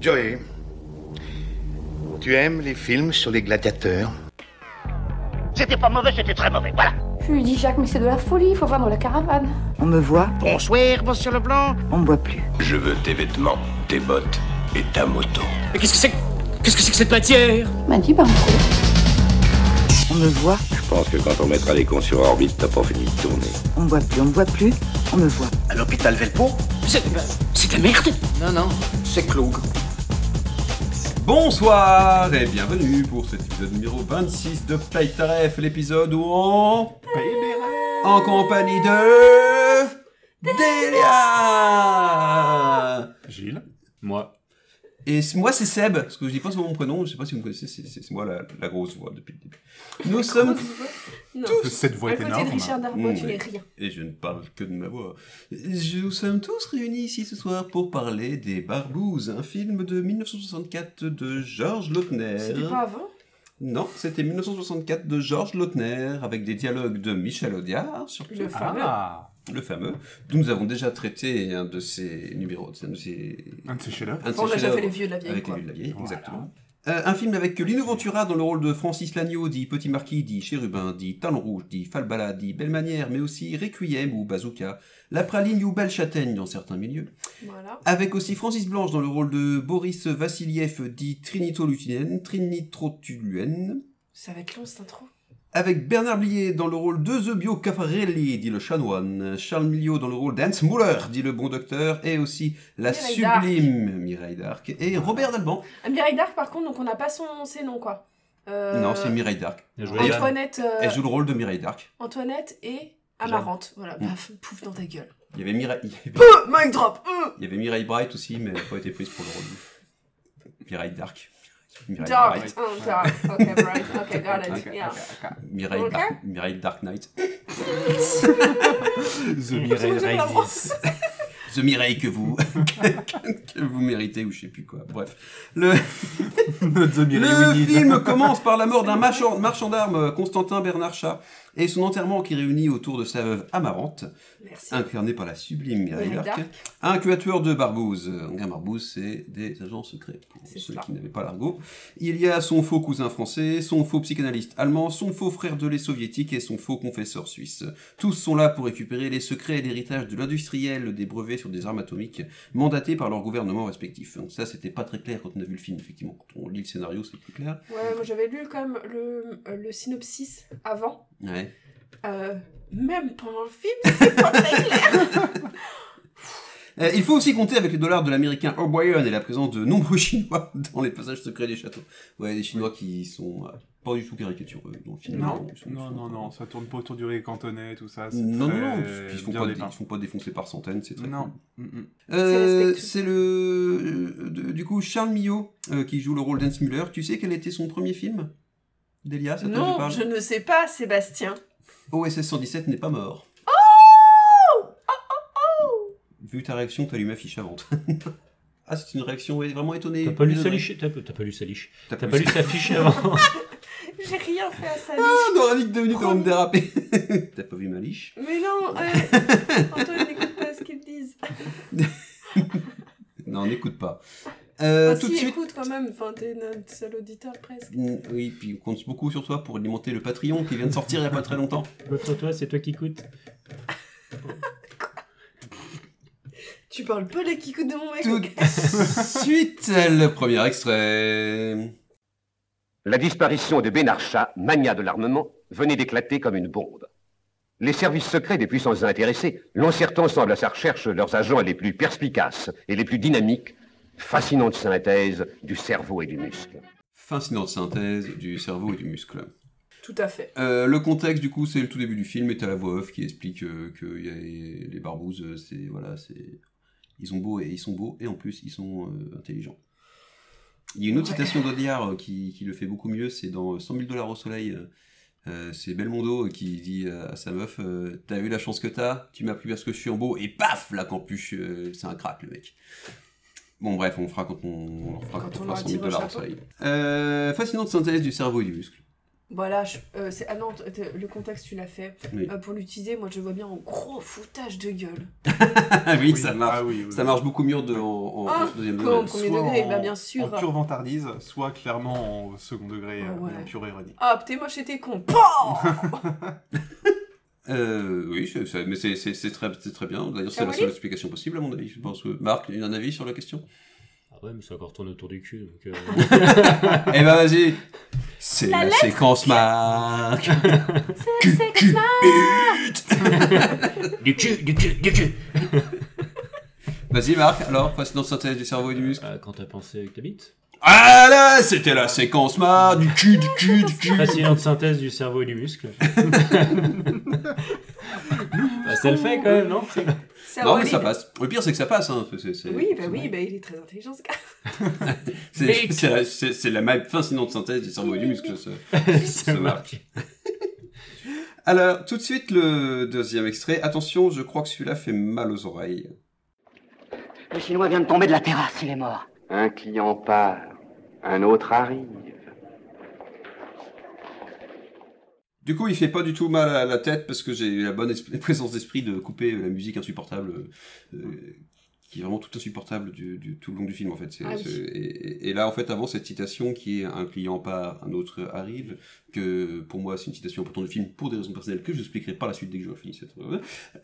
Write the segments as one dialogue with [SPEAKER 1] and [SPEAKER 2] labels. [SPEAKER 1] Joey, tu aimes les films sur les gladiateurs
[SPEAKER 2] C'était pas mauvais, c'était très mauvais, voilà.
[SPEAKER 3] Je lui dis, Jacques, mais c'est de la folie, il faut vendre la caravane.
[SPEAKER 4] On me voit,
[SPEAKER 2] Bonsoir, monsieur Leblanc.
[SPEAKER 4] on me voit plus.
[SPEAKER 5] Je veux tes vêtements, tes bottes et ta moto.
[SPEAKER 6] Mais qu'est-ce que c'est que- Qu'est-ce que c'est que cette matière
[SPEAKER 3] Il m'a dit, bah, on sait.
[SPEAKER 4] On me voit,
[SPEAKER 5] Je pense que quand on mettra les cons sur orbite, t'as pas fini de tourner.
[SPEAKER 4] on me voit plus, on me voit plus, on me voit.
[SPEAKER 2] À l'hôpital Velpo
[SPEAKER 6] C'est bah, c'est de la merde
[SPEAKER 7] Non, non, c'est Cloug.
[SPEAKER 8] Bonsoir et bienvenue pour cet épisode numéro 26 de Playtaref, l'épisode où on... En compagnie de... Delia
[SPEAKER 9] Gilles, moi.
[SPEAKER 8] Et c- moi c'est Seb, parce que je dis pas souvent mon prénom, je sais pas si vous me connaissez, c'est- c'est c'est moi la, la grosse voix depuis le début. Nous sommes...
[SPEAKER 9] Non. Cette voix
[SPEAKER 10] À
[SPEAKER 9] est
[SPEAKER 10] côté
[SPEAKER 9] énorme.
[SPEAKER 10] de Richard Darbois,
[SPEAKER 8] Mmh,
[SPEAKER 10] tu
[SPEAKER 8] mais-
[SPEAKER 10] n'es rien.
[SPEAKER 8] Et je ne parle que de ma voix. Je- Nous sommes tous réunis ici ce soir pour parler des Barbouzes, un film de 1964 de Georges Lautner.
[SPEAKER 10] C'était pas avant
[SPEAKER 8] Non, c'était 1964 de Georges Lautner, avec des dialogues de Michel Audiard, surtout
[SPEAKER 10] Le fameux.
[SPEAKER 9] Ah,
[SPEAKER 8] le fameux, dont nous avons déjà traité un de ses numéros, un de ses,
[SPEAKER 9] un de ses chefs-d'œuvre.
[SPEAKER 8] un de ses
[SPEAKER 10] On a déjà
[SPEAKER 8] chefs-d'œuvre.
[SPEAKER 10] fait les vieux de la vieille.
[SPEAKER 8] Avec
[SPEAKER 10] quoi.
[SPEAKER 8] les Vieux de la vieille,
[SPEAKER 9] Voilà.
[SPEAKER 8] exactement. Euh, un film avec Lino Ventura dans le rôle de Francis Lagneau, dit Petit Marquis, dit Chérubin, dit Talon Rouge, dit Falbala, dit Belle Manière, mais aussi Requiem ou Bazooka, La Praligne ou Belle Châtaigne dans certains milieux.
[SPEAKER 10] Voilà.
[SPEAKER 8] Avec aussi Francis Blanche dans le rôle de Boris Vassiliev, dit Trinitolutinen, Trinitrotuluen.
[SPEAKER 10] Ça va être long cette intro.
[SPEAKER 8] Avec Bernard Blier dans le rôle de The Bio Caffarelli, dit le chanoine, Charles Miliot dans le rôle d'Hans Muller, dit le bon docteur, et aussi la
[SPEAKER 10] Mireille Darc.
[SPEAKER 8] sublime Mireille Darc, et Robert Dalban.
[SPEAKER 10] Ah, Mireille Dark, par contre, donc on n'a pas son, ses noms, quoi. Euh,
[SPEAKER 8] Non, c'est Mireille Darc.
[SPEAKER 9] Bien joué, Yann.
[SPEAKER 10] Antoinette, euh,
[SPEAKER 8] Elle joue le rôle de Mireille Darc.
[SPEAKER 10] Antoinette et Amarante. Voilà,
[SPEAKER 8] Mm.
[SPEAKER 10] paf, pouf dans ta gueule.
[SPEAKER 8] Il y avait Mireille, il y avait-
[SPEAKER 10] Peu, mic drop euh.
[SPEAKER 8] il y avait Mireille Bright aussi, mais elle n'a pas été prise pour le rôle. Mireille Darc. Mireille
[SPEAKER 10] Dark,
[SPEAKER 8] Bright.
[SPEAKER 10] oh, dark. Ok, bright. Ok, got it.
[SPEAKER 8] Ok,
[SPEAKER 10] Yeah.
[SPEAKER 8] Mireille,
[SPEAKER 10] Ok.
[SPEAKER 8] Dark, Mireille Dark Knight.
[SPEAKER 9] The Mireille
[SPEAKER 10] C'est vraiment-
[SPEAKER 9] Raidis.
[SPEAKER 8] The Mireille que vous, que vous méritez, ou je sais plus quoi. Bref. Le.
[SPEAKER 9] The Mireille
[SPEAKER 8] Le
[SPEAKER 9] Winnie.
[SPEAKER 8] film commence par la mort d'un marchand, marchand d'armes, euh, Constantin Bernard Chat, et son enterrement qui réunit autour de sa veuve Amarante,
[SPEAKER 10] Merci.
[SPEAKER 8] incarnée par la sublime Mireille
[SPEAKER 10] Mireille
[SPEAKER 8] Darc,
[SPEAKER 10] Darc.
[SPEAKER 8] un tuateur de barbouzes. Un barbouzes, c'est des agents secrets, pour
[SPEAKER 10] C'est
[SPEAKER 8] ceux
[SPEAKER 10] cela.
[SPEAKER 8] qui n'avaient pas l'argot. Il y a son faux cousin français, son faux psychanalyste allemand, son faux frère de lait soviétique et son faux confesseur suisse. Tous sont là pour récupérer les secrets et l'héritage de l'industriel des brevets sur des armes atomiques mandatés par leurs gouvernements respectifs. Donc ça, c'était pas très clair quand on a vu le film, effectivement. Quand on lit le scénario, c'est plus clair.
[SPEAKER 10] Ouais, moi j'avais lu quand même le, euh, le synopsis avant.
[SPEAKER 8] Ouais.
[SPEAKER 10] Euh, même pendant le film, c'était pas très clair.
[SPEAKER 8] Euh, il faut aussi compter avec les dollars de l'américain O'Brien et la présence de nombreux Chinois dans les passages secrets des châteaux. Ouais, des Chinois qui sont euh, pas du tout caricatureux dans le film.
[SPEAKER 9] Non,
[SPEAKER 8] Ils sont-
[SPEAKER 9] non,
[SPEAKER 8] ils sont-
[SPEAKER 9] non, non, ça tourne pas autour du riz cantonais, tout ça. c'est
[SPEAKER 8] Non, non,
[SPEAKER 9] très euh,
[SPEAKER 8] non, ils se font,
[SPEAKER 9] bien
[SPEAKER 8] pas, dé-
[SPEAKER 9] dépeint.
[SPEAKER 8] ils se font pas défoncer par centaines, c'est très
[SPEAKER 9] Non.
[SPEAKER 8] cool.
[SPEAKER 9] Mm, mm.
[SPEAKER 8] Euh,
[SPEAKER 10] respectueux.
[SPEAKER 8] c'est le. euh, de- Du coup, Charles Millot euh, qui joue le rôle d'Hans Muller. Tu sais quel était son premier film Delia, ça te
[SPEAKER 10] non,
[SPEAKER 8] parle
[SPEAKER 10] je ne sais pas, Sébastien.
[SPEAKER 8] OSS 117 n'est pas mort. Vu ta réaction, t'as lu ma fiche avant. ah, c'est une réaction ouais, vraiment étonnée.
[SPEAKER 11] T'as pas lu
[SPEAKER 8] Étonnée.
[SPEAKER 11] sa liche T'as t'as pas lu sa liche
[SPEAKER 8] T'as
[SPEAKER 11] T'as pas lu sa fiche avant
[SPEAKER 10] J'ai rien fait à sa
[SPEAKER 8] Ah, on aura dit que deux minutes avant de
[SPEAKER 10] Promis.
[SPEAKER 8] déraper. T'as pas vu ma liche
[SPEAKER 10] Mais non, euh, Antoine n'écoute pas ce qu'ils disent.
[SPEAKER 8] Non, n'écoute pas. Euh,
[SPEAKER 10] Ah,
[SPEAKER 8] tout
[SPEAKER 10] si,
[SPEAKER 8] de suite.
[SPEAKER 10] écoute quand même, enfin, t'es notre seul auditeur presque.
[SPEAKER 8] Mm, Oui, puis on compte beaucoup sur toi pour alimenter le Patreon qui vient de sortir il y a pas très longtemps.
[SPEAKER 11] L'autre, toi, c'est toi qui coûte.
[SPEAKER 10] Tu parles peu les kikous de mon mec.
[SPEAKER 8] Tout
[SPEAKER 10] ok.
[SPEAKER 8] de suite, le premier extrait.
[SPEAKER 5] La disparition de Benarcha, mania de l'armement, venait d'éclater comme une bombe. Les services secrets des puissances intéressées lancèrent ensemble à sa recherche leurs agents les plus perspicaces et les plus dynamiques, fascinante synthèse du cerveau et du muscle.
[SPEAKER 8] Fascinante synthèse du cerveau et du muscle.
[SPEAKER 10] Tout à fait.
[SPEAKER 8] Euh, le contexte, du coup, c'est le tout début du film et t'as la voix off qui explique euh, que y a les, les barbouzes, euh, c'est. Voilà, c'est. Ils ont beau et ils sont beaux et en plus ils sont euh, intelligents. Il y a une autre
[SPEAKER 10] Ouais.
[SPEAKER 8] citation d'Audiard euh, qui, qui le fait beaucoup mieux, c'est dans 100 000 dollars au soleil. euh, euh, c'est Belmondo qui dit euh, à sa meuf euh, T'as vu la chance que t'as Tu m'as plu parce que je suis en beau et paf La campuche, euh, c'est un crack le mec. Bon, bref, on fera quand on, on leur fera
[SPEAKER 10] Quand
[SPEAKER 8] quand on fera
[SPEAKER 10] on aura
[SPEAKER 8] 100
[SPEAKER 10] tiré
[SPEAKER 8] 000
[SPEAKER 10] au
[SPEAKER 8] dollars au
[SPEAKER 10] chapeau.
[SPEAKER 8] soleil. Euh, fascinante synthèse du cerveau et du muscle.
[SPEAKER 10] Voilà, je- euh, c'est- ah non, t- t- le contexte, tu l'as fait.
[SPEAKER 8] Oui.
[SPEAKER 10] Euh, pour l'utiliser, moi, je le vois bien en gros foutage de gueule.
[SPEAKER 8] Ah oui, ça marche. Ça marche beaucoup mieux de- en, en- en
[SPEAKER 10] Ah,
[SPEAKER 8] deuxième
[SPEAKER 10] qu'en
[SPEAKER 8] degré.
[SPEAKER 10] premier
[SPEAKER 9] Soit
[SPEAKER 10] degré,
[SPEAKER 9] en-
[SPEAKER 10] bah, bien sûr.
[SPEAKER 9] En pure vantardise, soit clairement en second degré,
[SPEAKER 10] Ah
[SPEAKER 9] euh,
[SPEAKER 10] ouais.
[SPEAKER 9] et en pure ironie.
[SPEAKER 10] Hop, t'es moche et t'es con. Pan
[SPEAKER 8] Euh, oui, c'est- c'est- mais c'est- c'est c'est très, c'est très bien. D'ailleurs, c'est
[SPEAKER 10] Ah
[SPEAKER 8] la
[SPEAKER 10] oui
[SPEAKER 8] seule explication possible, à mon avis. Je pense que... Marc, il a un avis sur la question
[SPEAKER 11] Ah ouais, mais ça encore tourne autour du cul. Donc, euh,
[SPEAKER 8] Eh ben, vas-y C'est
[SPEAKER 11] La
[SPEAKER 8] la,
[SPEAKER 11] lettre
[SPEAKER 8] séquence Marc
[SPEAKER 11] C'est la séquence Marc. Du cul, du cul, du cul.
[SPEAKER 8] Vas-y, Marc, alors, passe dans synthèse du cerveau et du muscle.
[SPEAKER 11] Ah, quand t'as pensé avec ta bite
[SPEAKER 8] Ah là, c'était la séquence Marc Du cul, du cul, du cul
[SPEAKER 11] Fascinante synthèse du cerveau et du muscle. bah, ça le fait quand même, non
[SPEAKER 10] Ça
[SPEAKER 8] Non, mais
[SPEAKER 10] valide.
[SPEAKER 8] ça passe. Le pire, c'est que ça passe. Hein. C'est- c'est- c'est-
[SPEAKER 10] Oui, bah
[SPEAKER 8] c'est
[SPEAKER 10] oui, bah il est très intelligent ce gars.
[SPEAKER 8] C'est c'est la, c'est- c'est la ma- fascinante synthèse du cerveau et du muscle, ce, ce Marc. Alors, tout de suite, le deuxième extrait. Attention, je crois que celui-là fait mal aux oreilles.
[SPEAKER 12] Le Chinois vient de tomber de la terrasse, il est mort.
[SPEAKER 13] Un client part, un autre arrive.
[SPEAKER 8] Du coup, il fait pas du tout mal à la tête parce que j'ai eu la bonne esp- présence d'esprit de couper la musique insupportable, euh, qui est vraiment tout insupportable du, du- tout le long du film en fait. C'est-
[SPEAKER 14] Ah oui.
[SPEAKER 8] c'est- et, et là, en fait, avant cette citation qui est un client part, un autre arrive, que pour moi c'est une citation importante du film pour des raisons personnelles que je n'expliquerai pas la suite dès que j'aurai fini cette.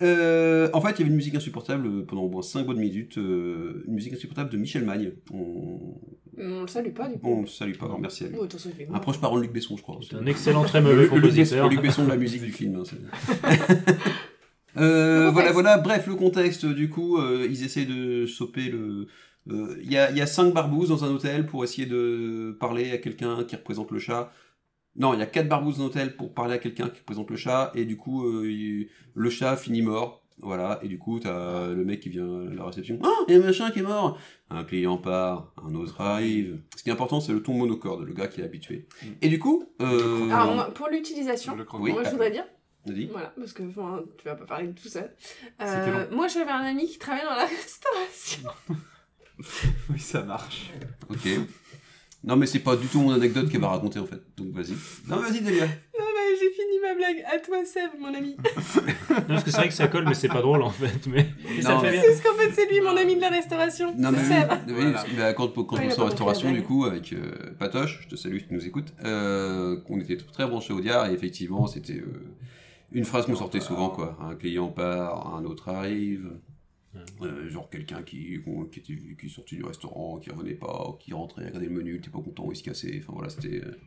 [SPEAKER 8] Euh, en fait, il y avait une musique insupportable pendant au moins 5 bonnes minutes, euh, une musique insupportable de Michel Magne. On,
[SPEAKER 10] On le salue
[SPEAKER 14] Ah,
[SPEAKER 10] pas du coup.
[SPEAKER 8] on le salue pas, alors merci à lui.
[SPEAKER 10] Oh, attention, il fait mal.
[SPEAKER 8] un proche parent de Luc Besson, je crois.
[SPEAKER 11] C'est un excellent, très mauvais
[SPEAKER 8] Le- le Luc
[SPEAKER 11] compositeur.
[SPEAKER 8] Besson- le Luc Besson de la musique du film. hein, c'est- Euh, voilà, voilà. Bref, le contexte, du coup, euh, ils essaient de choper le. euh, Il y, a, il y a cinq barbouzes dans un hôtel pour essayer de parler à quelqu'un qui représente le chat. Non, il y a quatre barbouzes dans un hôtel pour parler à quelqu'un qui représente le chat, et du coup, euh, il- le chat finit mort. Voilà, et du coup, t'as le mec qui vient à la réception. Ah, il y a un machin qui est mort Un client part, un autre arrive. Ce qui est important, c'est le ton monocorde, le gars qui est habitué.
[SPEAKER 11] Mm.
[SPEAKER 8] Et du coup. euh,
[SPEAKER 10] Alors, Ah, moi, pour l'utilisation,
[SPEAKER 8] crois.
[SPEAKER 10] moi
[SPEAKER 8] Oui.
[SPEAKER 10] je voudrais dire.
[SPEAKER 8] Vas-y.
[SPEAKER 10] Voilà, parce que enfin, tu vas pas parler de tout ça. Euh,
[SPEAKER 9] C'était long.
[SPEAKER 10] moi j'avais un ami qui travaillait dans la restauration.
[SPEAKER 9] Oui, ça marche.
[SPEAKER 8] Ok. Non, mais c'est pas du tout mon anecdote qu'elle va raconter en fait. Donc vas-y. Non, vas-y, Delia.
[SPEAKER 10] non, mais j'ai fini ma blague. À toi, Seb, mon ami.
[SPEAKER 11] Non, parce que c'est vrai que ça colle, mais c'est pas drôle en fait. Mais mais ça
[SPEAKER 8] Non,
[SPEAKER 11] le fait
[SPEAKER 8] mais-
[SPEAKER 11] bien.
[SPEAKER 10] C'est ce qu'en fait, c'est lui, mon ami de la restauration.
[SPEAKER 8] Non, mais
[SPEAKER 10] C'est
[SPEAKER 8] oui,
[SPEAKER 10] Seb.
[SPEAKER 8] oui, parce que, bah, quand, quand
[SPEAKER 10] Ah, il
[SPEAKER 8] on
[SPEAKER 10] a
[SPEAKER 8] se en
[SPEAKER 10] pas compris la
[SPEAKER 8] restauration,
[SPEAKER 10] blague.
[SPEAKER 8] du coup, avec euh, Patoche, je te salue, si tu nous écoutes, euh, on était très branchés au diard et effectivement, c'était euh, une phrase qu'on
[SPEAKER 11] bah,
[SPEAKER 8] sortait souvent, quoi. Un client part, un autre arrive. Euh, genre quelqu'un qui, qu'on- qui était qui sortait du restaurant, qui revenait pas, qui rentrait, regardait le menu, il était pas content, il se cassait. Enfin voilà, c'était euh,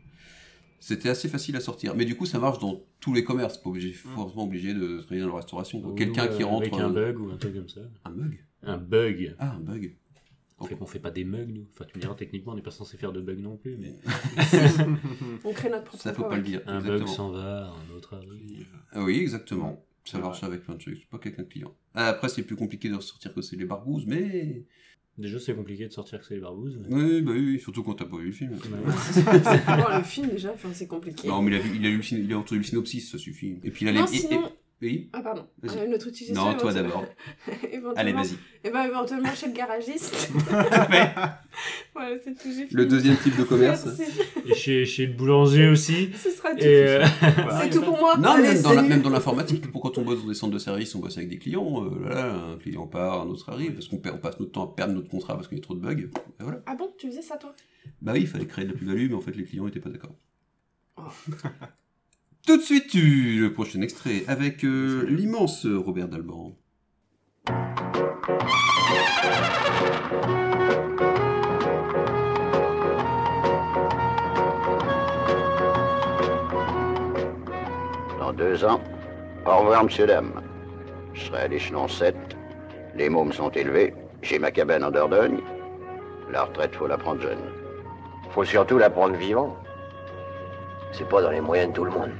[SPEAKER 8] c'était assez facile à sortir. Mais du coup, ça marche dans tous les commerces, pas obligé, forcément obligé de travailler dans la restauration. quoi.
[SPEAKER 11] Ou,
[SPEAKER 8] quelqu'un qui
[SPEAKER 11] euh,
[SPEAKER 8] rentre
[SPEAKER 11] Mm. Avec un
[SPEAKER 8] euh,
[SPEAKER 11] bug ou un truc comme ça.
[SPEAKER 8] Un bug
[SPEAKER 11] Un bug.
[SPEAKER 8] Ah, un bug.
[SPEAKER 11] On fait, on fait pas des mugs, nous. Enfin, tu me diras, techniquement, on n'est pas censé faire de bugs non plus, mais.
[SPEAKER 10] On crée notre propre
[SPEAKER 8] Ça, faut pas le dire,
[SPEAKER 11] Un bug
[SPEAKER 8] exactement.
[SPEAKER 11] s'en va, un autre arrive.
[SPEAKER 8] Ah oui, exactement. Ça marche avec plein de trucs, c'est pas quelqu'un de client. Ah, Après, c'est plus compliqué de ressortir que c'est les barbouzes, mais.
[SPEAKER 11] Déjà, c'est compliqué de sortir que c'est les barbouzes.
[SPEAKER 8] Oui, bah oui, surtout quand t'as pas vu le film.
[SPEAKER 10] Faut voir le film déjà, enfin, c'est compliqué.
[SPEAKER 8] non, mais il a, vu, il, a lu, le syn- il a entendu le synopsis, ça suffit. Et puis il a
[SPEAKER 10] Non,
[SPEAKER 8] les- et-
[SPEAKER 10] sinon-
[SPEAKER 8] et- Oui
[SPEAKER 10] Ah, pardon.
[SPEAKER 8] Vas-y.
[SPEAKER 10] Euh, notre utilisation.
[SPEAKER 8] Non, toi
[SPEAKER 10] éventuellement- éventuellement-
[SPEAKER 8] Allez, vas-y.
[SPEAKER 10] Eh ben, éventuellement chez le garagiste. voilà, c'est tout, j'ai fini.
[SPEAKER 8] Le deuxième type de commerce.
[SPEAKER 10] Merci.
[SPEAKER 11] Et chez, chez le boulanger aussi.
[SPEAKER 10] Ce sera Ah, tout.
[SPEAKER 11] Et, euh,
[SPEAKER 10] C'est tout pour moi.
[SPEAKER 8] Non,
[SPEAKER 10] Allez,
[SPEAKER 8] même dans, la-
[SPEAKER 10] salut.
[SPEAKER 8] même dans l'informatique, pour quand on bosse dans des centres de service, on bosse avec des clients, euh, là, là, un client part, un autre arrive, parce qu'on perd- on passe notre temps à perdre notre contrat parce qu'il y a trop de bugs. Et voilà.
[SPEAKER 10] Ah bon, tu faisais ça toi
[SPEAKER 8] Bah oui, il fallait créer de la plus-value, mais en fait, les clients n'étaient pas d'accord. Tout de suite, tu- le prochain extrait avec euh, l'immense Robert Dalban.
[SPEAKER 15] Dans deux ans, au revoir, monsieur, dame. Je serai à l'échelon 7. Les mots me sont élevés. J'ai ma cabane en Dordogne. La retraite, faut la prendre jeune. Faut surtout la prendre vivant. C'est pas dans les moyens de tout le monde.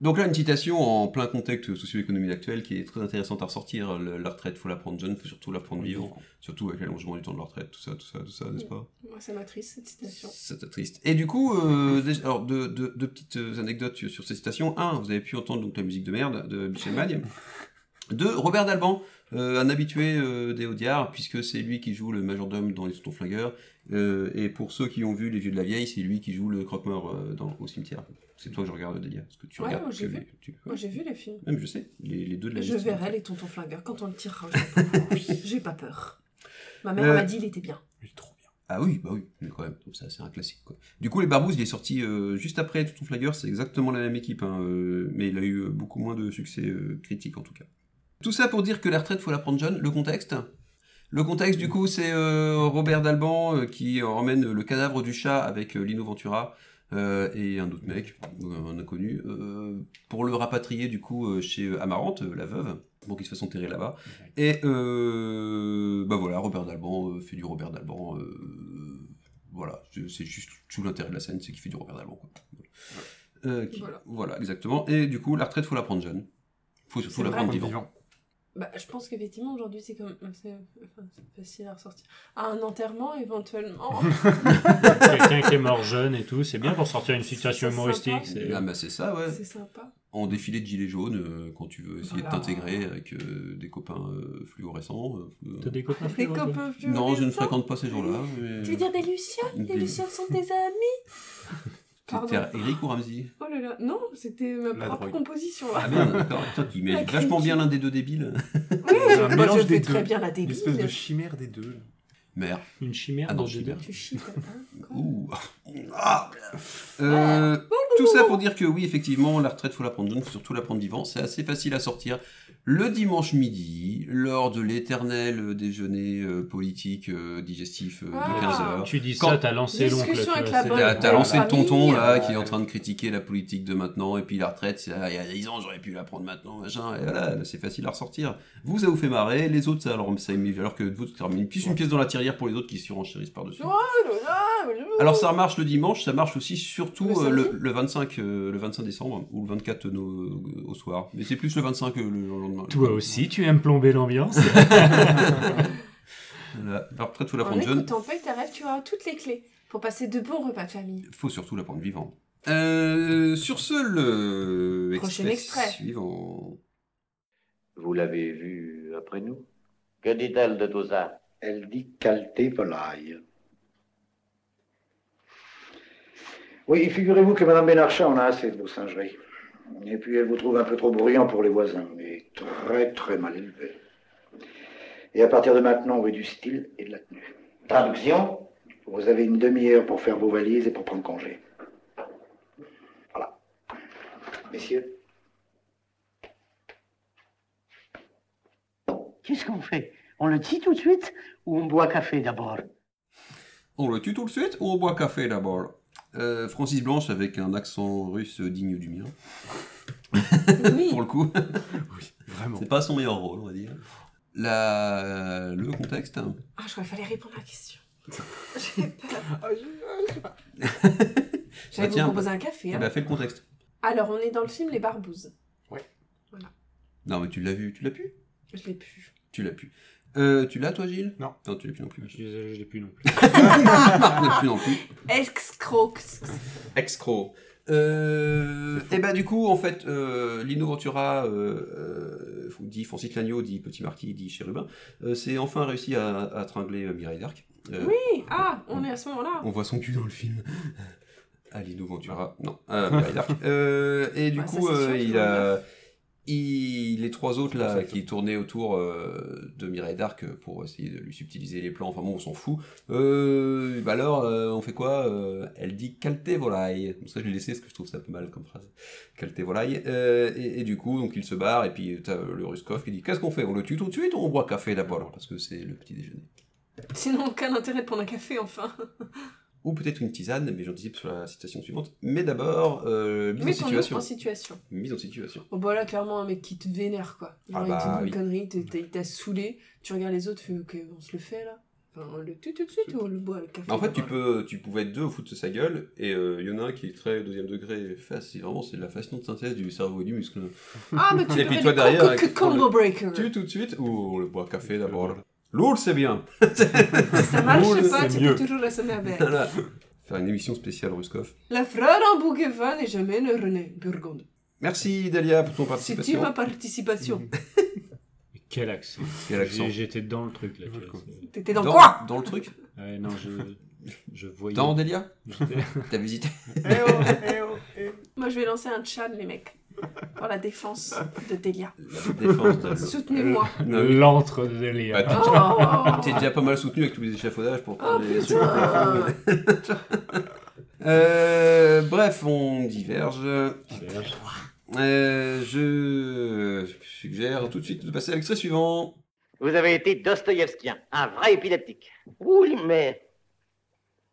[SPEAKER 8] Donc là, une citation en plein contexte socio-économique actuel qui est très intéressante à ressortir. Le- la retraite, faut la prendre jeune, faut surtout la prendre vivant. Surtout avec l'allongement du temps de la retraite, tout ça, tout ça, tout ça, n'est-ce pas
[SPEAKER 10] Moi, ça m'attriste cette citation.
[SPEAKER 8] Ça te triste. Et du coup, euh, déjà- alors deux, euh, deux- deux petites anecdotes sur ces citations. Un, vous avez pu entendre donc la musique de merde de Michel Magne. de Robert Dalban, euh, un habitué euh, des Audiards, puisque c'est lui qui joue le majordome dans Les Tontons Flingueurs. Euh, et pour ceux qui ont vu Les Vieux de la Vieille, c'est lui qui joue le croque-mort euh, dans- au cimetière. C'est toi que je regarde, Delia. Parce que tu
[SPEAKER 10] Ouais,
[SPEAKER 8] regardes.
[SPEAKER 10] moi, j'ai
[SPEAKER 8] que
[SPEAKER 10] vu.
[SPEAKER 8] les- tu-
[SPEAKER 10] Moi, j'ai vu les films.
[SPEAKER 8] Même je sais, les, les deux de la
[SPEAKER 10] Je
[SPEAKER 8] liste.
[SPEAKER 10] verrai les tontons flingueurs quand on le tirera. au Japon. J'ai pas peur. Ma mère
[SPEAKER 8] Euh,
[SPEAKER 10] m'a dit il était bien.
[SPEAKER 8] Ah oui, bah oui, mais quand même, donc ça c'est un classique. Quoi. Du coup, les Barbouzes, il est sorti euh, juste après Toutou Flagger, c'est exactement la même équipe, hein, euh, mais il a eu euh, beaucoup moins de succès euh, critique en tout cas. Tout ça pour dire que la retraite, faut la prendre jeune. Le contexte Le contexte, du coup, c'est euh, Robert Dalban euh, qui emmène le cadavre du chat avec euh, Lino Ventura euh, et un autre mec, euh, un inconnu, euh, pour le rapatrier, du coup, euh, chez euh, Amarante, euh, la veuve, pour qu'il se fasse enterrer là-bas. Et, euh, bah voilà, Robert Dalban euh, fait du Robert Dalban. euh, voilà, c'est c'est juste tout l'intérêt de la scène, c'est qu'il fait du Robert Dalban. Quoi. Euh, qui- voilà. exactement. Et du coup, la retraite, faut la prendre jeune. Faut, faut
[SPEAKER 10] C'est
[SPEAKER 8] la
[SPEAKER 10] vrai.
[SPEAKER 8] prendre
[SPEAKER 10] Prendre
[SPEAKER 8] vivant.
[SPEAKER 10] Bah, je pense qu'effectivement, aujourd'hui, c'est comme. C'est enfin, c'est facile à ressortir. À un enterrement, éventuellement.
[SPEAKER 11] Quelqu'un qui est mort jeune et tout, c'est bien pour sortir une situation
[SPEAKER 10] C'est
[SPEAKER 11] humoristique.
[SPEAKER 10] sympa.
[SPEAKER 11] c'est-
[SPEAKER 8] Ah, bah, c'est ça, ouais.
[SPEAKER 10] C'est sympa.
[SPEAKER 8] En défilé de gilet jaune, euh, quand tu veux essayer
[SPEAKER 10] Voilà.
[SPEAKER 8] de t'intégrer avec euh, des copains euh, fluorescents. euh,
[SPEAKER 11] T'as des copains
[SPEAKER 10] Des copains fluorescents
[SPEAKER 8] Non, je ne fréquente pas ces gens-là. mais-
[SPEAKER 10] Tu veux dire des Lucioles
[SPEAKER 8] Des-
[SPEAKER 10] Les Lucioles sont tes amis
[SPEAKER 8] C'était
[SPEAKER 10] Pardon.
[SPEAKER 8] Eric ou Ramsey
[SPEAKER 10] Oh là là, non, c'était ma
[SPEAKER 8] La
[SPEAKER 10] propre
[SPEAKER 8] drogue.
[SPEAKER 10] composition là.
[SPEAKER 8] Ah merde, d'accord. Toi, tu
[SPEAKER 10] La
[SPEAKER 8] imagines
[SPEAKER 10] critique.
[SPEAKER 8] vachement bien l'un des deux débiles.
[SPEAKER 10] Oui,
[SPEAKER 9] Un
[SPEAKER 10] bah,
[SPEAKER 9] mélange
[SPEAKER 10] je
[SPEAKER 9] des
[SPEAKER 10] fais très
[SPEAKER 9] deux.
[SPEAKER 10] bien la débile.
[SPEAKER 9] L'espèce de chimère des deux.
[SPEAKER 8] Mère.
[SPEAKER 11] Une chimère
[SPEAKER 8] Ah non,
[SPEAKER 11] dans des
[SPEAKER 8] chimère.
[SPEAKER 10] Tu chies, quoi.
[SPEAKER 8] Ouh. Ah. Euh, tout ça pour dire que oui, effectivement, la retraite, faut la prendre jeune, faut surtout la prendre vivant. C'est assez facile à sortir. Le dimanche midi, lors de l'éternel euh, déjeuner euh, politique euh, digestif euh,
[SPEAKER 11] Ah.
[SPEAKER 8] de 15h.
[SPEAKER 11] Tu dis ça, t'as lancé Discussion l'oncle, toi, avec la c'est- bonne
[SPEAKER 8] T'as t'as lancé le
[SPEAKER 11] famille.
[SPEAKER 8] tonton, là, qui est en train de critiquer la politique de maintenant. Et puis la retraite, c'est ah, il y a 10 ans, j'aurais pu la prendre maintenant, machin. Et voilà, c'est facile à ressortir. Vous, ça vous fait marrer. Les autres, ça, alors, ça alors que vous, ça remet une pièce, une pièce dans la tirelire pour les autres qui surenchérissent par-dessus.
[SPEAKER 10] Oh
[SPEAKER 8] Alors ça marche le dimanche, ça marche aussi surtout euh, le, le 25, euh, le 25 décembre ou le 24 no- euh, au soir. Mais c'est plus le 25 que le, le lendemain.
[SPEAKER 11] Toi aussi, tu aimes plomber l'ambiance.
[SPEAKER 8] Voilà. La retraite ou la
[SPEAKER 10] En
[SPEAKER 8] prendre jeune,
[SPEAKER 10] écoutant Peg, ta rêve, tu auras toutes les clés pour passer de bons repas de famille.
[SPEAKER 8] faut surtout la prendre vivant. Euh, sur ce, le
[SPEAKER 10] Prochain extrait.
[SPEAKER 8] suivant.
[SPEAKER 13] Vous l'avez vu après nous
[SPEAKER 15] Que dit-elle de tout ça Elle dit calter volaille.
[SPEAKER 14] Oui, figurez-vous que Madame Bénarchat en a assez de vos singeries. Et puis elle vous trouve un peu trop bruyant pour les voisins, mais très très mal élevé. Et à partir de maintenant, oui, du style et de la tenue. Traduction Vous avez une demi-heure pour faire vos valises et pour prendre congé. Voilà. Messieurs,
[SPEAKER 12] Qu'est-ce qu'on fait On le dit tout de suite ou on boit café d'abord
[SPEAKER 8] On le tue tout de suite ou on boit café d'abord Euh, Francis Blanche avec un accent russe digne du mien. Pour le coup.
[SPEAKER 9] vraiment.
[SPEAKER 8] C'est pas son meilleur rôle, on va dire. La... Le contexte. hein.
[SPEAKER 10] Ah, je crois qu'il fallait répondre à la question.
[SPEAKER 8] Ça
[SPEAKER 10] oh, J'allais vous
[SPEAKER 8] tient.
[SPEAKER 10] proposer un café.
[SPEAKER 8] Eh
[SPEAKER 10] hein.
[SPEAKER 8] ben, fais le contexte.
[SPEAKER 10] Alors, on est dans le film Les Barbouzes.
[SPEAKER 8] Ouais.
[SPEAKER 10] Voilà.
[SPEAKER 8] Non, mais tu l'as vu, tu l'as pu
[SPEAKER 10] Je l'ai plus.
[SPEAKER 8] Tu l'as pu. Euh, tu l'as toi, Gilles Non. Non, tu l'as plus non plus.
[SPEAKER 11] Je l'ai- je l'ai plus non plus.
[SPEAKER 8] tu l'as plus non plus.
[SPEAKER 10] Ex-crocs.
[SPEAKER 8] Excro. et bah du coup, en fait, euh, Lino Ventura, euh, euh, dit Francis Lagneau, dit Petit Marquis, dit Chérubin, euh, c'est enfin réussi à, à tringler euh, Mireille d'Arc. Euh,
[SPEAKER 10] Oui, ah, on est à ce moment-là.
[SPEAKER 8] On voit son cul dans le film. Ah, Lino Ventura, non. euh, Mireille d'Arc. Euh, et du
[SPEAKER 10] Ouais, ça,
[SPEAKER 8] coup,
[SPEAKER 10] c'est sûr
[SPEAKER 8] euh,
[SPEAKER 10] qu'il
[SPEAKER 8] il
[SPEAKER 10] doit le
[SPEAKER 8] a... il- les trois autres là qui tournaient autour euh, de Mireille d'Arc euh, pour essayer de lui subtiliser les plans, enfin bon, on s'en fout. Euh, bah alors, euh, on fait quoi Euh, Elle dit calte volaille. Bon, ça, je l'ai laissé parce que je trouve ça pas mal comme phrase. Calte volaille. Euh, et, et du coup, donc il se barre et puis t'as euh, le Ruskov qui dit qu'est-ce qu'on fait On le tue tout de suite ou on boit café d'abord Parce que c'est le petit déjeuner.
[SPEAKER 10] Sinon, aucun intérêt de prendre un café, enfin.
[SPEAKER 8] Ou peut-être une tisane, mais j'anticipe sur la citation suivante. Mais d'abord, euh, mise en
[SPEAKER 10] Mettons-nous
[SPEAKER 8] situation.
[SPEAKER 10] en situation.
[SPEAKER 8] Mise en situation.
[SPEAKER 10] Bon, bah là, clairement, un mec qui te vénère, quoi. Genre,
[SPEAKER 8] Ah
[SPEAKER 10] il te
[SPEAKER 8] bah,
[SPEAKER 10] dit une
[SPEAKER 8] oui.
[SPEAKER 10] connerie, t'es- t'es- il t'a saoulé, tu regardes les autres, tu fais, ok, on se le fait, là. Enfin, on le tue tout de suite ou on le boit, le café
[SPEAKER 8] En fait, tu
[SPEAKER 10] d'abord
[SPEAKER 8] peux, tu pouvais être deux au foot de sa gueule, et euh, il y en a un qui est très deuxième degré face, c'est vraiment c'est de la fascinante synthèse du cerveau et du muscle.
[SPEAKER 10] Ah, mais tu
[SPEAKER 8] et
[SPEAKER 10] peux
[SPEAKER 8] puis
[SPEAKER 10] faire
[SPEAKER 8] toi
[SPEAKER 10] des
[SPEAKER 8] derrière,
[SPEAKER 10] co-
[SPEAKER 8] avec-
[SPEAKER 10] co- combo
[SPEAKER 8] on le
[SPEAKER 10] breaker.
[SPEAKER 8] tue tout de suite ou on le boit café d'abord. L'autre c'est bien.
[SPEAKER 10] Ça marche pas, tu peux toujours la sonner à verre.
[SPEAKER 8] Voilà. Faire une émission spéciale Ruskov.
[SPEAKER 10] La fleur en bouquet et jamais ne René Burgonde.
[SPEAKER 8] Merci Dalia pour ton
[SPEAKER 10] C'était
[SPEAKER 8] participation. Mm.
[SPEAKER 10] ma participation.
[SPEAKER 11] Quel accent.
[SPEAKER 8] Quel accent.
[SPEAKER 11] J'ai- J'étais dans le truc là. tu vois, c'est-
[SPEAKER 10] T'étais dans, quoi
[SPEAKER 8] Dans le truc
[SPEAKER 11] Ouais, non, je, je voyais.
[SPEAKER 8] Dans Delia
[SPEAKER 11] J'étais-
[SPEAKER 8] T'as visité
[SPEAKER 10] Eh oh, Moi, je vais lancer un chan, les mecs, pour la défense de Delia.
[SPEAKER 8] défense de-
[SPEAKER 10] Soutenez-moi.
[SPEAKER 11] L'antre de Delia.
[SPEAKER 8] Bah, t'es- T'es déjà pas mal soutenu avec tous les échafaudages pour
[SPEAKER 10] Oh,
[SPEAKER 8] les-
[SPEAKER 10] putain.
[SPEAKER 8] Euh, bref, on diverge. Euh, je suggère tout de suite de passer à l'extrait suivant.
[SPEAKER 16] Vous avez été Dostoïevskien, un vrai épileptique.
[SPEAKER 12] Oui, mais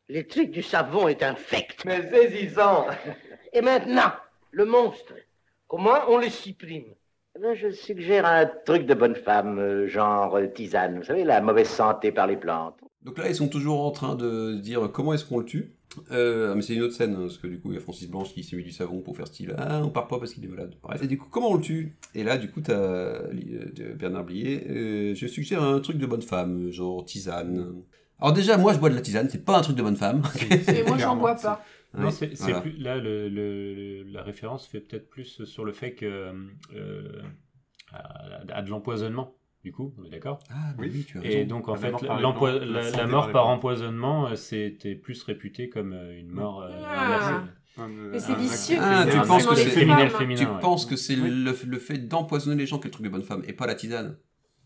[SPEAKER 12] les trucs du savon est infect. Mais saisissant. Et maintenant, le monstre. Comment on le supprime
[SPEAKER 16] Eh bien, je suggère un truc de bonne femme, euh, genre euh, tisane. Vous savez, la mauvaise santé par les plantes.
[SPEAKER 8] Donc là, ils sont toujours en train de dire comment est-ce qu'on le tue. Euh, ah, mais c'est une autre scène, hein, parce que du coup, il y a Francis Blanche qui s'est mis du savon pour faire style Ah, on part pas parce qu'il est malade. Bref. Et du coup, comment on le tue Et là, du coup, t'as euh, de Bernard Blier. euh, je suggère un truc de bonne femme, genre tisane. Alors déjà, moi, je bois de la tisane, c'est pas un truc de bonne femme.
[SPEAKER 10] Et moi, j'en bois pas.
[SPEAKER 11] Non, c'est c'est
[SPEAKER 8] Ah Voilà.
[SPEAKER 11] plus, là, le, le- la référence fait peut-être plus sur le fait que. euh, euh, à, à de l'empoisonnement, du coup, on est d'accord
[SPEAKER 8] Ah, oui, oui, tu as
[SPEAKER 11] Et
[SPEAKER 8] raison.
[SPEAKER 11] donc, en
[SPEAKER 8] La
[SPEAKER 11] fait,
[SPEAKER 8] mort par les
[SPEAKER 11] l'empoi-
[SPEAKER 8] plantes, la
[SPEAKER 11] la, la
[SPEAKER 8] santé par
[SPEAKER 11] mort
[SPEAKER 8] les
[SPEAKER 11] par
[SPEAKER 8] plantes.
[SPEAKER 11] empoisonnement, euh, c'était plus réputé comme euh, une mort. euh,
[SPEAKER 10] Ah.
[SPEAKER 11] inversée.
[SPEAKER 10] Mais c'est vicieux.
[SPEAKER 8] Ah,
[SPEAKER 11] C'est
[SPEAKER 8] tu
[SPEAKER 11] un
[SPEAKER 8] penses que
[SPEAKER 11] acte
[SPEAKER 8] c'est
[SPEAKER 11] criminel
[SPEAKER 8] tu
[SPEAKER 11] féminin, ouais.
[SPEAKER 8] penses que c'est le, le fait d'empoisonner les gens qui est le truc de bonne femme et pas la tisane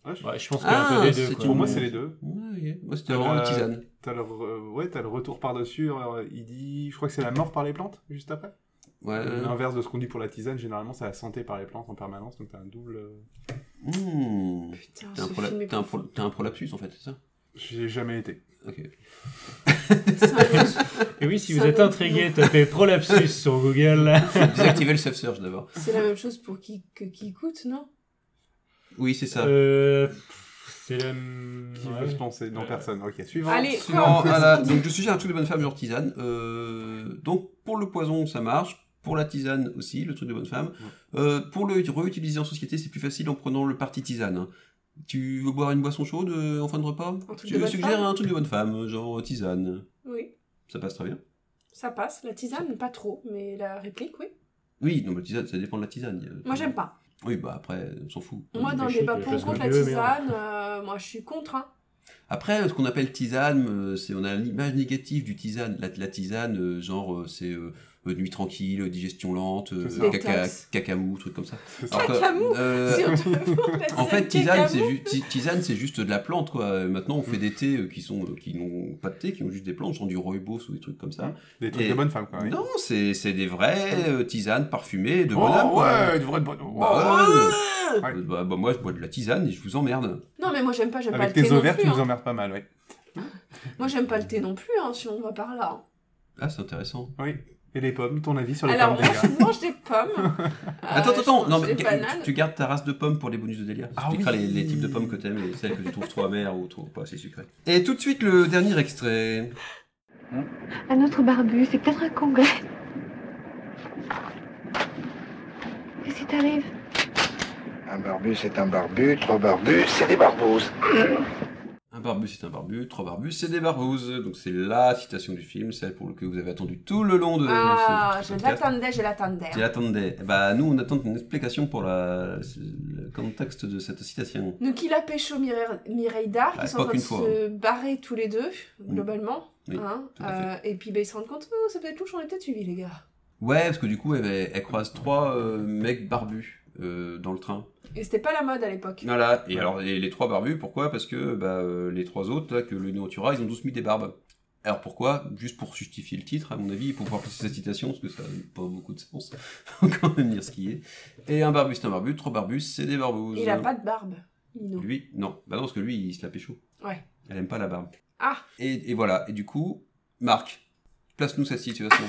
[SPEAKER 11] Ouais, je pense qu'il y a un
[SPEAKER 8] Ah,
[SPEAKER 11] peu des deux,
[SPEAKER 8] c'est
[SPEAKER 11] quoi.
[SPEAKER 8] une-
[SPEAKER 9] Pour moi, c'est les deux.
[SPEAKER 8] Ouais, ok. Moi, c'était vraiment la
[SPEAKER 9] Euh,
[SPEAKER 8] tisane.
[SPEAKER 9] T'as le, re- euh, ouais, t'as le retour par-dessus. euh, Il dit, je crois que c'est la mort par les plantes, juste après. Euh,
[SPEAKER 8] Ouais.
[SPEAKER 9] L'inverse de ce qu'on dit pour la tisane, généralement, c'est la santé par les plantes en permanence, donc t'as un double. euh,
[SPEAKER 8] Mmh.
[SPEAKER 10] Putain,
[SPEAKER 8] T'as un,
[SPEAKER 10] ce
[SPEAKER 8] prola-
[SPEAKER 10] film est
[SPEAKER 8] t'as un pro- t'as un prolapsus en fait, c'est ça
[SPEAKER 9] J'ai jamais été.
[SPEAKER 8] Ok.
[SPEAKER 11] Et oui, si vous
[SPEAKER 10] Ça
[SPEAKER 11] êtes
[SPEAKER 10] non
[SPEAKER 11] intrigué,
[SPEAKER 10] plus.
[SPEAKER 11] tapez prolapsus sur Google.
[SPEAKER 8] Désactivez le self-search d'abord.
[SPEAKER 10] C'est la même chose pour qui, que qui écoute, non
[SPEAKER 8] Oui, c'est ça.
[SPEAKER 11] Euh, c'est la.
[SPEAKER 9] Qui veut se lancer
[SPEAKER 10] Euh.
[SPEAKER 9] Non, personne. Ok, suivant.
[SPEAKER 10] Allez,
[SPEAKER 8] Suivant,
[SPEAKER 10] quoi, on
[SPEAKER 8] à la-
[SPEAKER 10] continue.
[SPEAKER 8] donc je suggère un truc de bonne femme genre tisane. Euh, donc pour le poison, ça marche. Pour la tisane aussi, le truc de bonne femme. Euh, pour le réutiliser en société, c'est plus facile en prenant le parti tisane. hein. Tu veux boire une boisson chaude euh, en fin de repas
[SPEAKER 10] truc de
[SPEAKER 8] Je
[SPEAKER 10] bonne
[SPEAKER 8] suggère
[SPEAKER 10] femme
[SPEAKER 8] un truc de bonne femme, genre euh, tisane.
[SPEAKER 10] Oui,
[SPEAKER 8] Ça passe très bien.
[SPEAKER 10] ça passe. La tisane, pas trop, mais la réplique, oui.
[SPEAKER 8] Oui, non, mais la tisane, ça dépend de la tisane. Il y a-
[SPEAKER 10] Moi, j'aime pas.
[SPEAKER 8] Oui, bah après, on s'en fout.
[SPEAKER 10] Moi, dans le
[SPEAKER 8] Des
[SPEAKER 10] débat
[SPEAKER 8] choses,
[SPEAKER 10] pour ou
[SPEAKER 8] des choses
[SPEAKER 10] contre la
[SPEAKER 8] qu'on veut, mais-
[SPEAKER 10] tisane, euh, moi, je suis contre, hein.
[SPEAKER 8] Après, ce qu'on appelle tisane, euh, c'est on a l'image négative du tisane. La, la tisane, euh, genre, euh, c'est euh, euh, nuit tranquille, euh, digestion lente, euh,
[SPEAKER 10] C'est ça.
[SPEAKER 8] caca,
[SPEAKER 10] Détox.
[SPEAKER 8] cacamou, truc comme ça.
[SPEAKER 10] ça. Cacamou Surtout pour la
[SPEAKER 8] Euh, En fait, tisane,
[SPEAKER 10] tisane
[SPEAKER 8] c'est ju- ti- tisane, c'est juste de la plante, quoi. Maintenant,
[SPEAKER 9] Mm.
[SPEAKER 8] on fait des thés euh, qui sont euh, qui n'ont pas de thé, qui ont juste des plantes, genre du rooibos ou des trucs comme ça.
[SPEAKER 9] Des trucs de bonne femme, quoi, Mm. Ah oui. Ah
[SPEAKER 8] Non, c'est c'est des vraies euh, tisanes parfumées de
[SPEAKER 9] Oh,
[SPEAKER 8] bonne âme, quoi.
[SPEAKER 9] ouais, une vraie de bonne-
[SPEAKER 8] Bah,
[SPEAKER 10] Oh,
[SPEAKER 8] ouais. Euh, bah, bah, moi, je bois de la tisane et je vous emmerde.
[SPEAKER 10] Non, mais moi, j'aime pas, j'aime pas
[SPEAKER 9] Avec
[SPEAKER 10] le thé
[SPEAKER 9] tes
[SPEAKER 10] non
[SPEAKER 9] ovaires,
[SPEAKER 10] plus.
[SPEAKER 9] tu nous
[SPEAKER 10] hein.
[SPEAKER 9] emmerdes pas mal, ouais.
[SPEAKER 10] Moi, j'aime pas le thé non plus, hein, si on va par là. hein.
[SPEAKER 8] Ah, c'est intéressant.
[SPEAKER 9] Oui. Et les pommes, ton avis sur les
[SPEAKER 10] Alors,
[SPEAKER 9] pommes
[SPEAKER 10] moi,
[SPEAKER 9] des gars
[SPEAKER 10] je mange des pommes. Euh,
[SPEAKER 8] Attends,
[SPEAKER 10] je
[SPEAKER 8] attends,
[SPEAKER 10] mange
[SPEAKER 8] non, mais
[SPEAKER 10] des
[SPEAKER 8] tu,
[SPEAKER 10] bananes.
[SPEAKER 8] tu gardes ta race de pommes pour les bonus de délire. Ça expliquera les, les types de pommes que t'aimes et celles que tu trouves trop amères ou trop pas assez sucrées. Et tout de suite, le dernier extrait.
[SPEAKER 3] Un autre barbu, c'est peut-être un Congolais. Qu'est-ce qui t'arrive
[SPEAKER 14] Un barbu, c'est un barbu, trois barbus, c'est des barbouzes.
[SPEAKER 8] Un barbu, c'est un barbu, trois barbus, c'est des barbouzes. Donc c'est la citation du film, celle pour laquelle vous avez attendu tout le long de
[SPEAKER 10] Ah,
[SPEAKER 8] ce
[SPEAKER 10] je
[SPEAKER 8] podcast.
[SPEAKER 10] l'attendais, hein. je l'attendais.
[SPEAKER 8] Tu l'attendais. Eh Bah, nous, on attend une explication pour la, le contexte de cette citation.
[SPEAKER 10] Donc il a pécho Mire- Mireille Darc,
[SPEAKER 8] Bah,
[SPEAKER 10] ils sont
[SPEAKER 8] pas
[SPEAKER 10] en train de
[SPEAKER 8] qu'une
[SPEAKER 10] se
[SPEAKER 8] fois,
[SPEAKER 10] barrer tous les deux, globalement.
[SPEAKER 8] Oui,
[SPEAKER 10] hein.
[SPEAKER 8] tout à
[SPEAKER 10] Euh, et puis bah, ils se rendent compte, oh, c'est peut-être louche, on est peut-être suivi les gars.
[SPEAKER 8] Ouais, parce que du coup, elle, elle croise trois euh, mecs barbus euh, dans le train.
[SPEAKER 10] Et c'était pas la mode à l'époque.
[SPEAKER 8] Voilà, et alors et les trois barbus, pourquoi Parce que bah, euh, les trois autres, là, que le Notura, ils ont tous mis des barbes. Alors pourquoi Juste pour justifier le titre, à mon avis, et pour pouvoir placer cette citation, parce que ça n'a pas beaucoup de sens. Faut quand même dire ce qui est. Et un barbu, c'est un barbu, trois barbus, c'est des barbouzes.
[SPEAKER 10] Il a pas de barbe, Mino.
[SPEAKER 8] Lui, non. Bah non, parce que lui, il se la pécho.
[SPEAKER 10] Ouais.
[SPEAKER 8] Elle aime pas la barbe.
[SPEAKER 10] Ah,
[SPEAKER 8] Et, et voilà, et du coup, Marc, place-nous cette situation.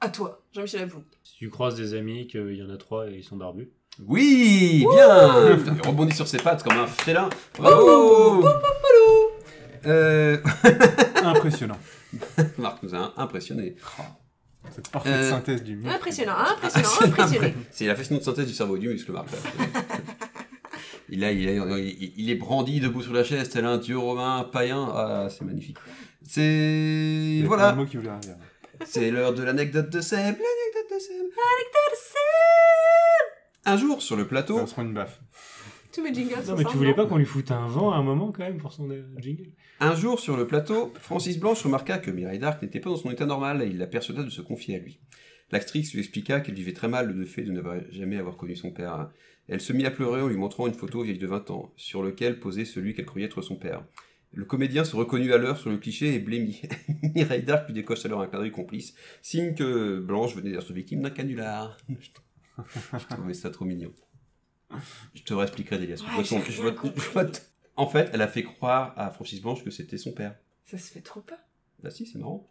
[SPEAKER 10] à toi, Jean-Michel Ablou.
[SPEAKER 11] Si tu croises des amis, qu'il y en a trois et ils sont barbus.
[SPEAKER 8] Oui, bien Putain, Il rebondit sur ses pattes comme un félin. Bravo Euh,
[SPEAKER 9] Impressionnant.
[SPEAKER 8] Marc nous a impressionnés.
[SPEAKER 9] Cette parfaite
[SPEAKER 8] Euh,
[SPEAKER 9] synthèse du mieux.
[SPEAKER 10] Impressionnant, hein, impressionnant, impressionné.
[SPEAKER 8] Ah, C'est la fascinante synthèse du cerveau du muscle, Marc. là. il, a- il, a- il- il est brandi debout sur la chaise, tel un dieu romain païen. Ah, c'est magnifique. C'est.
[SPEAKER 9] Il y a plein
[SPEAKER 8] Voilà.
[SPEAKER 9] de mots qui voulaient rien dire.
[SPEAKER 8] C'est l'heure de l'anecdote de Seb. L'anecdote de Seb. Un jour, sur le plateau.
[SPEAKER 9] On se prend une baffe.
[SPEAKER 10] Tous mes jingles
[SPEAKER 11] Non,
[SPEAKER 10] sont
[SPEAKER 11] mais tu
[SPEAKER 10] simples,
[SPEAKER 11] voulais
[SPEAKER 10] hein.
[SPEAKER 11] pas qu'on lui foute un vent à un moment quand même pour son euh, jingle
[SPEAKER 8] Un jour, sur le plateau, Francis Blanche remarqua que Mireille d'Arc n'était pas dans son état normal et il la persuada de se confier à lui. L'actrice lui expliqua qu'elle vivait très mal le fait de ne jamais avoir connu son père. Elle se mit à pleurer en lui montrant une photo vieille de 20 ans, sur laquelle posait celui qu'elle croyait être son père. Le comédien se reconnut à l'heure sur le cliché et blêmit. Mireille d'Arc lui décoche alors un clin d'œil complice, signe que Blanche venait d'être victime d'un canular. Je trouvais ça trop mignon. Je te réexpliquerai, Delia.
[SPEAKER 10] Ouais, j'ai
[SPEAKER 8] je
[SPEAKER 10] rien
[SPEAKER 8] vote- je vote. En fait, elle a fait croire à Francis Blanche que c'était son père.
[SPEAKER 10] Ça se fait trop pas.
[SPEAKER 8] Bah si, c'est marrant.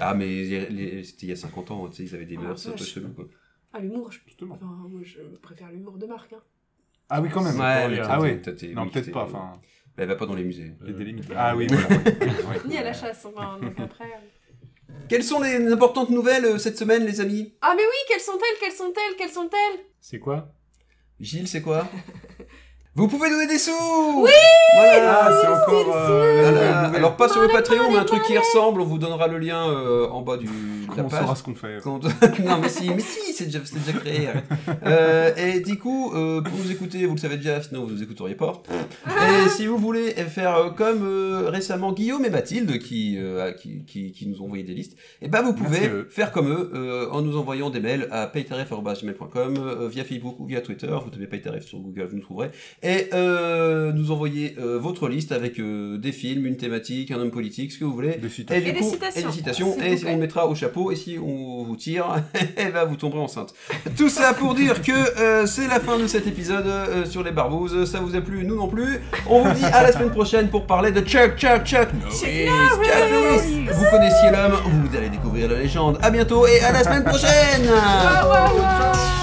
[SPEAKER 8] ah, mais les- les- c'était il y a 50 ans, tu sais, ils avaient des
[SPEAKER 10] Ah,
[SPEAKER 8] mœurs un peu
[SPEAKER 10] vache.
[SPEAKER 8] cheloues, quoi.
[SPEAKER 10] Ah, l'humour, je... enfin, moi, je préfère l'humour de Marc. Hein.
[SPEAKER 9] Ah oui, quand même.
[SPEAKER 8] Ouais,
[SPEAKER 9] Pour
[SPEAKER 8] mais
[SPEAKER 9] les-
[SPEAKER 8] t'as-
[SPEAKER 9] ah oui.
[SPEAKER 8] t'as- t'es-
[SPEAKER 9] Non,
[SPEAKER 8] oui,
[SPEAKER 9] peut-être
[SPEAKER 8] t'es-
[SPEAKER 9] pas. Enfin,
[SPEAKER 8] Mais elle va pas dans les musées.
[SPEAKER 9] Il y a des limites. Ah oui, voilà.
[SPEAKER 10] Ni à la chasse, enfin, donc après. euh.
[SPEAKER 8] Quelles sont les importantes nouvelles euh, cette semaine, les amis
[SPEAKER 10] Ah, mais oui, quelles sont-elles Quelles sont-elles Quelles sont-elles
[SPEAKER 11] C'est quoi
[SPEAKER 8] Gilles, c'est quoi Vous pouvez donner des sous
[SPEAKER 10] Oui
[SPEAKER 8] Voilà,
[SPEAKER 9] c'est encore. euh, la
[SPEAKER 8] Voilà.
[SPEAKER 9] nouvelle nouvelle.
[SPEAKER 8] Alors pas sur le Patreon, mais un truc qui y ressemble, on vous donnera le lien euh, en bas du de la
[SPEAKER 9] on
[SPEAKER 8] page.
[SPEAKER 9] saura ce qu'on fait.
[SPEAKER 8] Quand- non mais si, mais si, c'est déjà, c'est déjà créé. arrête. Euh, et du coup, euh, pour nous écouter, vous le savez déjà, sinon vous nous écouteriez pas. Et si vous voulez faire euh, comme euh, récemment Guillaume et Mathilde qui, euh, ah, qui, qui, qui nous ont envoyé des listes, et ben vous
[SPEAKER 9] Merci
[SPEAKER 8] pouvez
[SPEAKER 9] à eux.
[SPEAKER 8] faire comme eux euh, en nous envoyant des mails à paytaref.gmail.com euh, via Facebook ou via Twitter. Vous tapez paytaref sur Google, vous nous trouverez. Et euh, nous envoyer euh, votre liste avec euh, des films, une thématique, un homme politique, ce que vous voulez.
[SPEAKER 10] citations.
[SPEAKER 8] du
[SPEAKER 10] Et des
[SPEAKER 8] coup-
[SPEAKER 10] citations.
[SPEAKER 8] Et des citations.
[SPEAKER 10] S'il
[SPEAKER 8] Et
[SPEAKER 10] vous
[SPEAKER 8] on
[SPEAKER 10] plaît.
[SPEAKER 8] le mettra au chapeau. Et si on vous tire, eh ben vous tomberez enceinte. Tout ça pour dire que euh, c'est la fin de cet épisode euh, sur les barbouzes. Ça vous a plu, nous non plus. On vous dit à la semaine prochaine pour parler de Chuck, Chuck, Chuck Norris. Chuck Norris. Vous connaissiez l'homme, vous allez découvrir la légende. À bientôt et à la semaine prochaine.
[SPEAKER 10] Waouh, waouh, waouh